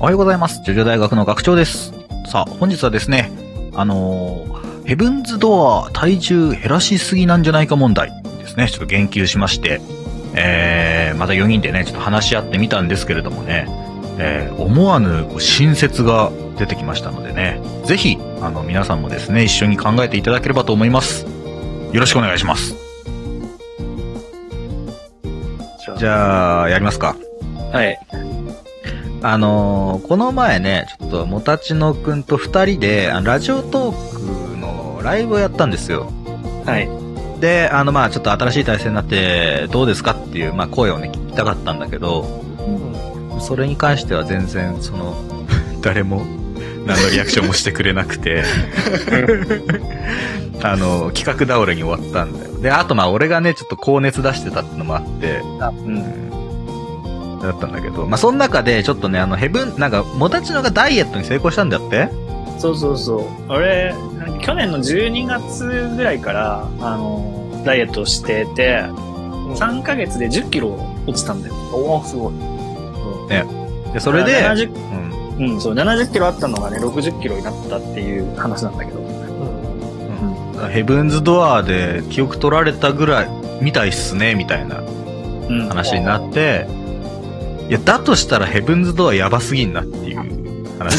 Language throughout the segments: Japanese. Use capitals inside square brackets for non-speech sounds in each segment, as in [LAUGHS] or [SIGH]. おはようございます。ジョジョ大学の学長です。さあ、本日はですね、あのー、ヘブンズドア体重減らしすぎなんじゃないか問題ですね、ちょっと言及しまして、えー、また4人でね、ちょっと話し合ってみたんですけれどもね、えー、思わぬ新説が出てきましたのでね、ぜひ、あの、皆さんもですね、一緒に考えていただければと思います。よろしくお願いします。じゃあ、やりますか。はい。あのー、この前ね、ちょっと、もたちのくんと二人で、ラジオトークのライブをやったんですよ。はい。で、あの、まあちょっと新しい体制になって、どうですかっていう、まあ声をね、聞きたかったんだけど、うん、それに関しては全然、その、 [LAUGHS] 誰も、何のリアクションもしてくれなく [LAUGHS] て、あの、企画倒れに終わったんだよ。で、あと、まあ俺がね、ちょっと高熱出してたってのもあって、うんだったんだけど、まあ、その中で、ちょっとね、あの、ヘブン、なんか、もたちのがダイエットに成功したんだってそうそうそう。俺、去年の12月ぐらいから、あの、ダイエットしてて、3ヶ月で10キロ落ちたんだよ。おおすごい。ね。で、それで、。70、うん、うん、そう、70キロあったのがね、60キロになったっていう話なんだけど。うんうん、ヘブンズドアで記憶取られたぐらい、みたいっすね、みたいな話になって、うんいや、だとしたらヘブンズドアやばすぎんなっていう話。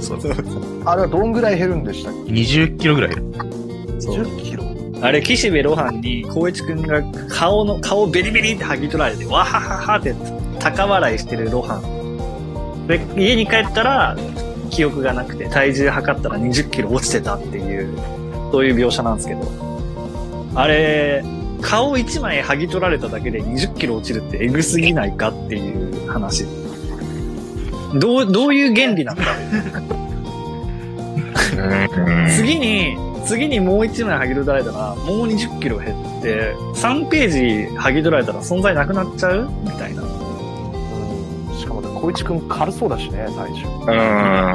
そうそうあれはどんぐらい減るんでしたっけ ?20 キロぐらい減る。 20キロあれ、岸辺露伴に、光一くんが顔の、顔ベリベリって剥ぎ取られて、わはははって高笑いしてる露伴。で、家に帰ったら、記憶がなくて、体重測ったら20キロ落ちてたっていう、そういう描写なんですけど。あれ、顔1枚剥ぎ取られただけで20キロ落ちるってエグすぎないかっていう話。どう、どういう原理なんだ次に、次にもう1枚剥ぎ取られたらもう20キロ減って、3ページ剥ぎ取られたら存在なくなっちゃうみたいな。しかも、小一くん軽そうだしね、体重。うん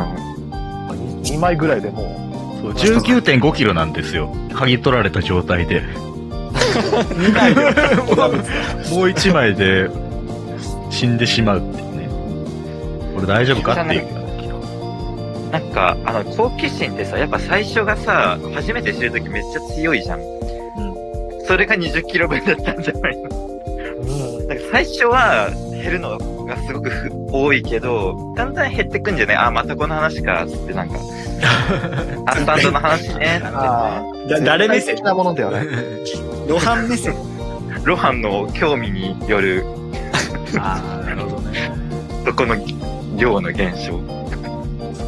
2。2枚ぐらいでもう。そう、19.5キロなんですよ。剥ぎ取られた状態で。 2枚で [LAUGHS] もう1枚で死んでしまうっていうね。これ大丈夫かっていう。なんか、あの、好奇心ってさ、やっぱ最初がさ、初めて知るときめっちゃ強いじゃん。うん。それが20キロ分だったんじゃないのうん。なんか最初は減るのがすごく多いけど、だんだん減ってくんじゃねあ、またこの話か、つって [LAUGHS] なんか。アンバンドの話ね、なんて、ね。誰目線なものではない。露伴目線。露伴の興味による [LAUGHS] ああ、なるほどね。そこの量の減少。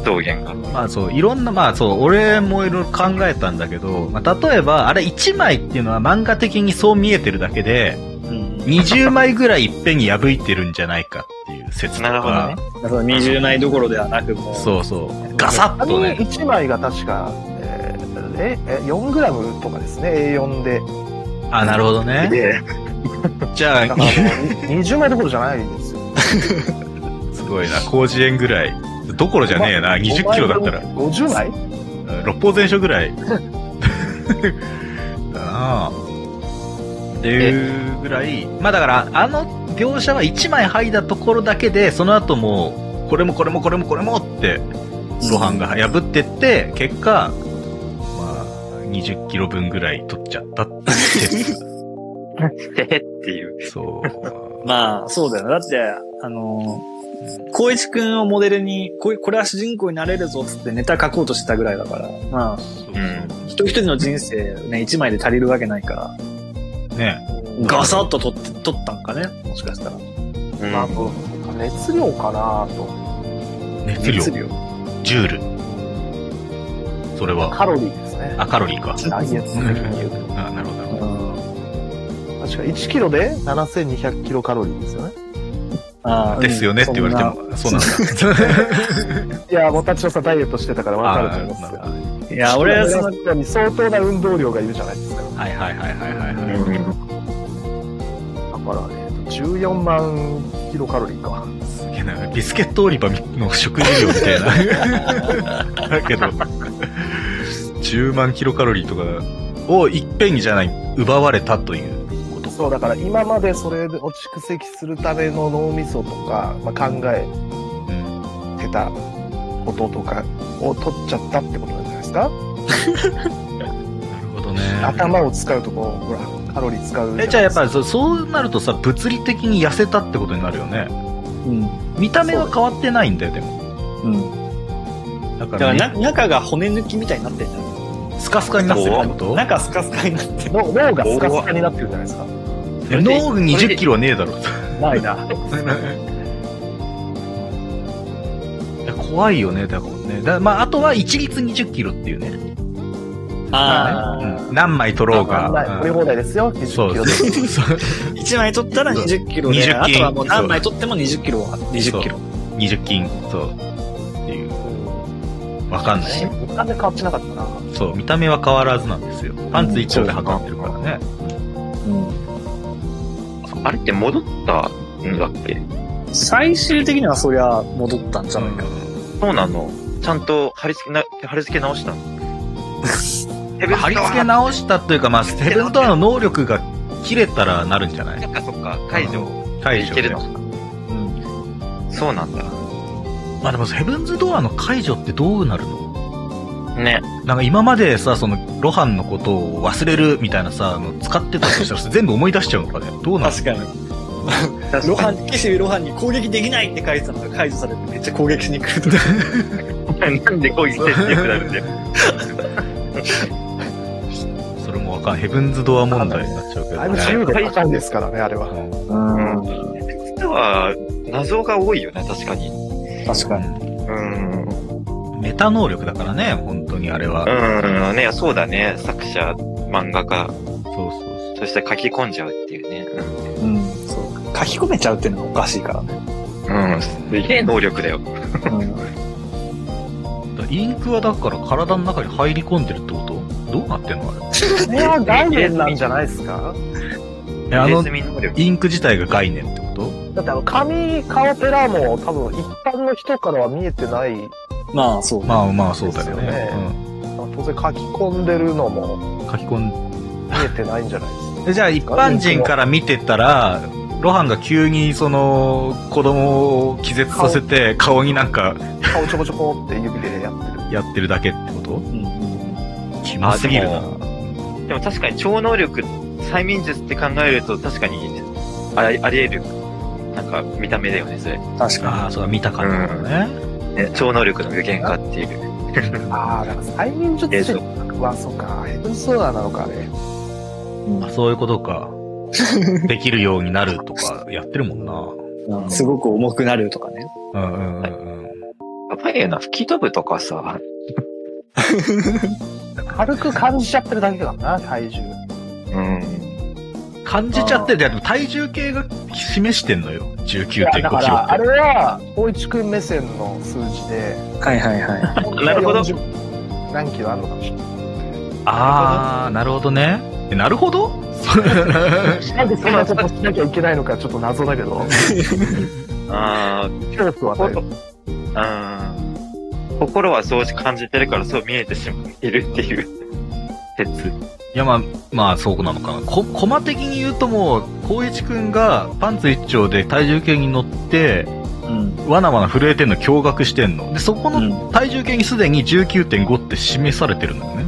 増減が。まあそう、いろんな、まあそう、俺もいろいろ考えたんだけど、まあ例えば、あれ1枚っていうのは漫画的にそう見えてるだけで、うん、20枚ぐらいいっぺんに破いてるんじゃないかっていう説とか。なるほどね。。だから20枚どころではなくもう。そうそう。ガサッとね。 1枚が確か、えー、え、え、4グラムとかですね、A4 で。あ、なるほどね。じゃあ、20 [LAUGHS] 枚どころじゃないですよ。すごいな、広辞苑ぐらい。どころじゃねえな、20キロだったら。 50枚、六方全書ぐら [LAUGHS] い。だなあっていうぐらい、まあだから、あの描写は1枚剥いだところだけで、その後も、これもこれもこれもこれもって、露伴が破ってって、結果、まあ、20キロ分ぐらい取っちゃったってえっていう。そう。まあ、そうだよな。だって、あのー、光一くんをモデルに、これは主人公になれるぞっつってネタ書こうとしてたぐらいだから、まあ、そうそう一人一人の人生ね、1枚で足りるわけないから、ね。ガサッと取って、取ったんかねもしかしたら。うんまあ、そう、熱量かなと。熱量ジュール。それは。カロリーですね。あ、カロリーか。ダイエット的に言うと。あ、なるほど、なるほど。確か1キロで7200キロカロリーですよね。あですよねって言われても、そうなん [LAUGHS] だ。いや、もたちのさんダイエットしてたからわかると思いますよ。いや、俺はその中に相当な運動量がいるじゃないですか。。はいはいはいはいはい、はいだからね、14万キロカロリーか。すげえな、ビスケット売り場の食事量みたいな。だけど、10万キロカロリーとかをいっぺんにじゃない、奪われたという。こと。そう、だから今までそれを蓄積するための脳みそとか、まあ、考えってたこととかを取っちゃったってことなんじゃないですかなるほどね。頭を使うとこう、ほら、カロリー使うえ、じゃあやっぱりりそそうなるとさ、物理的に痩せたってことになるよね。うん。見た目は変わってないんだよ、でも。うん。だかだからら、な、ね、中が骨抜きみたいになってるじゃん。スカスカになってるってこと中スカスカになってる。脳脳がスカスカになってるじゃないですか。脳20キロはねえだろ。ないな。 [LAUGHS] いや怖いよね、だからね。だまあ、あとは一律20キロっていうね。あうん何枚取ろうまあまあが。取りうん放題ですよ、そ20キロうで。そう [LAUGHS] そう。あ。1枚取ったら20キロで、 20あとはもう何枚取っても20キロは20キロ。 20金、そう。っていう。わかんない。うんなんで変わってなかったな。そう、見た目は変わらずなんですよ。パンツ一丁で測ってるからね。あれって戻ったんだっけ最終的にはそりゃ戻ったんじゃないか。そうなのちゃんと貼り付けな、貼り付け直 [LAUGHS] したのヘブンズドアー貼り付け直したというか、まあ、セブンドアの能力が切れたらなるんじゃないそっかそっか、解除。解い除けでるの。うん。そうなんだ。まあでも、セブンズドアの解除ってどうなるのね。なんか今までさ、その、ロハンのことを忘れるみたいなさ、あの使ってたとしたら全部思い出しちゃうのかねどうなの確かに。ロハン、岸辺露伴に攻撃できないって書いてたのが解除されてめっちゃ攻撃しに来 [LAUGHS] るとか。なんで攻撃して強くな [LAUGHS] るんだよ。それもわかんない。ヘブンズドア問題になっちゃうけだどいぶ自ね。由度高いですからね、あれは。実は、謎が多いよね、確かに。確かに。うん。うんメタ能力だからね、本当にあれは。うん、ね、そうだね。作者、漫画家、そうそうそう。そして書き込んじゃうっていうね。うん、そう。書き込めちゃうっていうのがおかしいからね。うん。うん、すげえ能力だよ。だインクはだから体の中に入り込んでるってことどうなってんのあれ。これは概念なんじゃないですかえあ入れの、墨能力。インク自体が概念ってことだってあの、紙、顔ペラも多分一般の人からは見えてない。まあ、そう。まあまあそうだよねですよ当然書き込んでるのもうん。書き込ん見えてないんじゃないですかで。じゃあ一般人から見てたら、ロハンが急にその子供を気絶させて顔になんか顔ちょこちょこって指でやってる。やってるだけってことうんうんキモすぎるあな。でも確かに超能力、催眠術って考えると確かにありあり得る、なんか見た目だよね、それ。確あかあ、そうだ、見たかったんだね。ね超能力の具現化っていう。ああ、だから催眠術師は、そうか、ヘブンソーダーなのか、あれ。あそういうことか。 [LAUGHS] できるようになるとかやってるもんな。に、うんすごく重くなるとかね。うんうんうんうん。やばいよな、吹き飛ぶとかさ、軽く感じちゃってるだけだな、体重。うん。感じちゃってる。いやでも体重計が示してんのよ。19.5キロいやだっかて。ら、あれは、光一くん目線の数字で、はいはいはい。なるほど40。何キロあるのかもしれない。あー、なるほどね。え [LAUGHS] なるほどなんでそんなことしなきゃいけないのか、ちょっと謎だけど、あー勢力は与えるうん。心はそう感じてるからそう見えてしまってるっていう [LAUGHS] 説。いや、まあ、まあ、そうなのかな。こ、コマ的に言うともう、光一くんがパンツ一丁で体重計に乗って、うん。わなわな震えてんの驚愕してんの。で、そこうの体重計にすでに19.5って示されてるのよね。ん。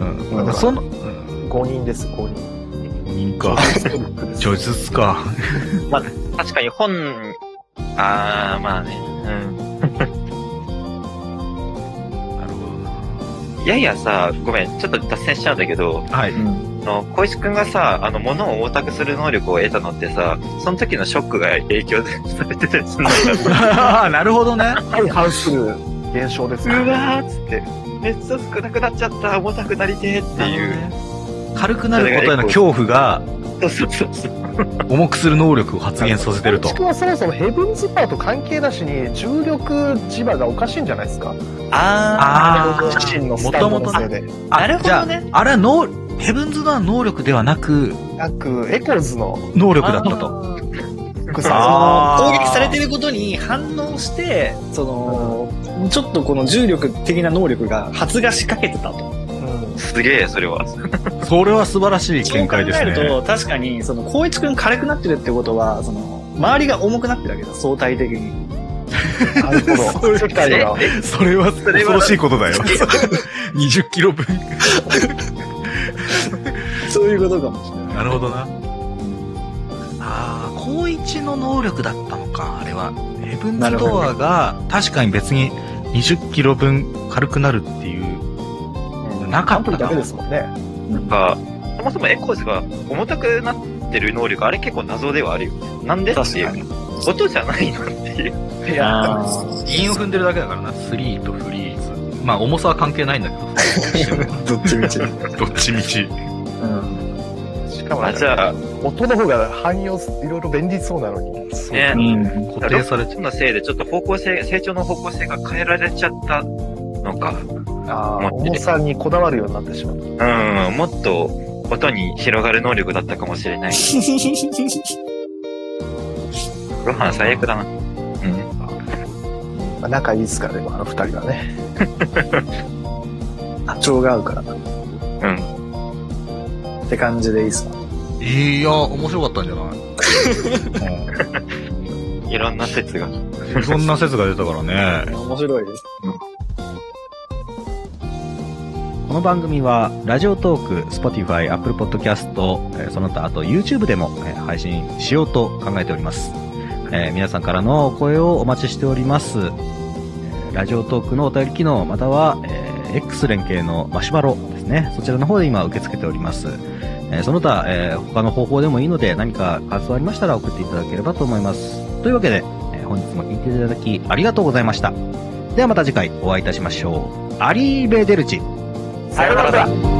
うん。んだからその、うん。 5人です、5人。人か。ちょいずつか。確かに本、あー、まあね。うん [LAUGHS] なるほどな。ややさ、ごめん、ちょっと脱線しちゃうんだけど、 [LAUGHS] はい。あの、小石くんがさ、あの、物をオタクする能力を得たのってさ、その時のショックが影響されてたりするのかななるほどね。相反する現象です [LAUGHS] うからねわーっつって、めっちゃ少なくなっちゃった、重たくなりてーっていう。軽くなることへの恐怖がそうそうそうそう。重くする能力を発現させてると地。区はそもそもヘブンズバーと関係なしに重力磁場がおかしいんじゃないですかあー自身のスタンドのせいで。あなるほどねじゃあ、あれは能、ヘブンズドアの能力ではなく、なく、エコーズの能力だったと。副そ産あーの攻撃されてることに反応して、その、ちょっとこの重力的な能力が発芽しかけてたと。うんすげえ、それは。それは素晴らしい見解ですそう考えね。ると、確かに、その、光一くん軽くなってるってことは、その、周りが重くなってるわけだ、相対的に。なるほど。関谷 [LAUGHS] が。それはれは恐ろしいことだよ。20キロ分。そういうことかもしれない。なるほどな。ああ、高一の能力だったのか、あれは。ヘブンズドアが、確かに別に20キロ分軽くなるっていう、なかアンっプたリだなけ。ですもんね。なんか、そもそもエコーズが重たくなってる能力、あれ結構謎ではあるよね。なんでっていう。音じゃないのっていう。いやー韻を踏んでるだけだからな。スリーとフリーズ。まあ、重さは関係ないんだけど。どっちみち。う [LAUGHS] どっちみち。ん。しかもなんあ、かじゃあ、音の方が汎用、いろいろ便利そうなのに。ね。 [LAUGHS] うん。固定されちゃそのせいでちょっと方向性、成長の方向性が変えられちゃったのか。あー持って重さにこだわるようになってしまう。うん、もっと音に広がる能力だったかもしれない。ロハン最悪だな。うん。まあ仲いいですからね、あの二人はね。波長が合うからな。うん。って感じでいいっすかう。いや、面白かったんじゃないいろんな説が。うんそんな説が出たからね。面白いです。この番組は、ラジオトーク、Spotify、Apple Podcast、えーその他、あと YouTube でもえー配信しようと考えております。えー皆さんからのお声をお待ちしております。えーラジオトークのお便り機能、または、えー X 連携のマシュマロですね。そちらの方で今受け付けております。えーその他、えー他の方法でもいいので、何か感想ありましたら送っていただければと思います。というわけで、えー本日も聞いていただきありがとうございました。ではまた次回お会いいたしましょう。アリーベデルチ。さよならだ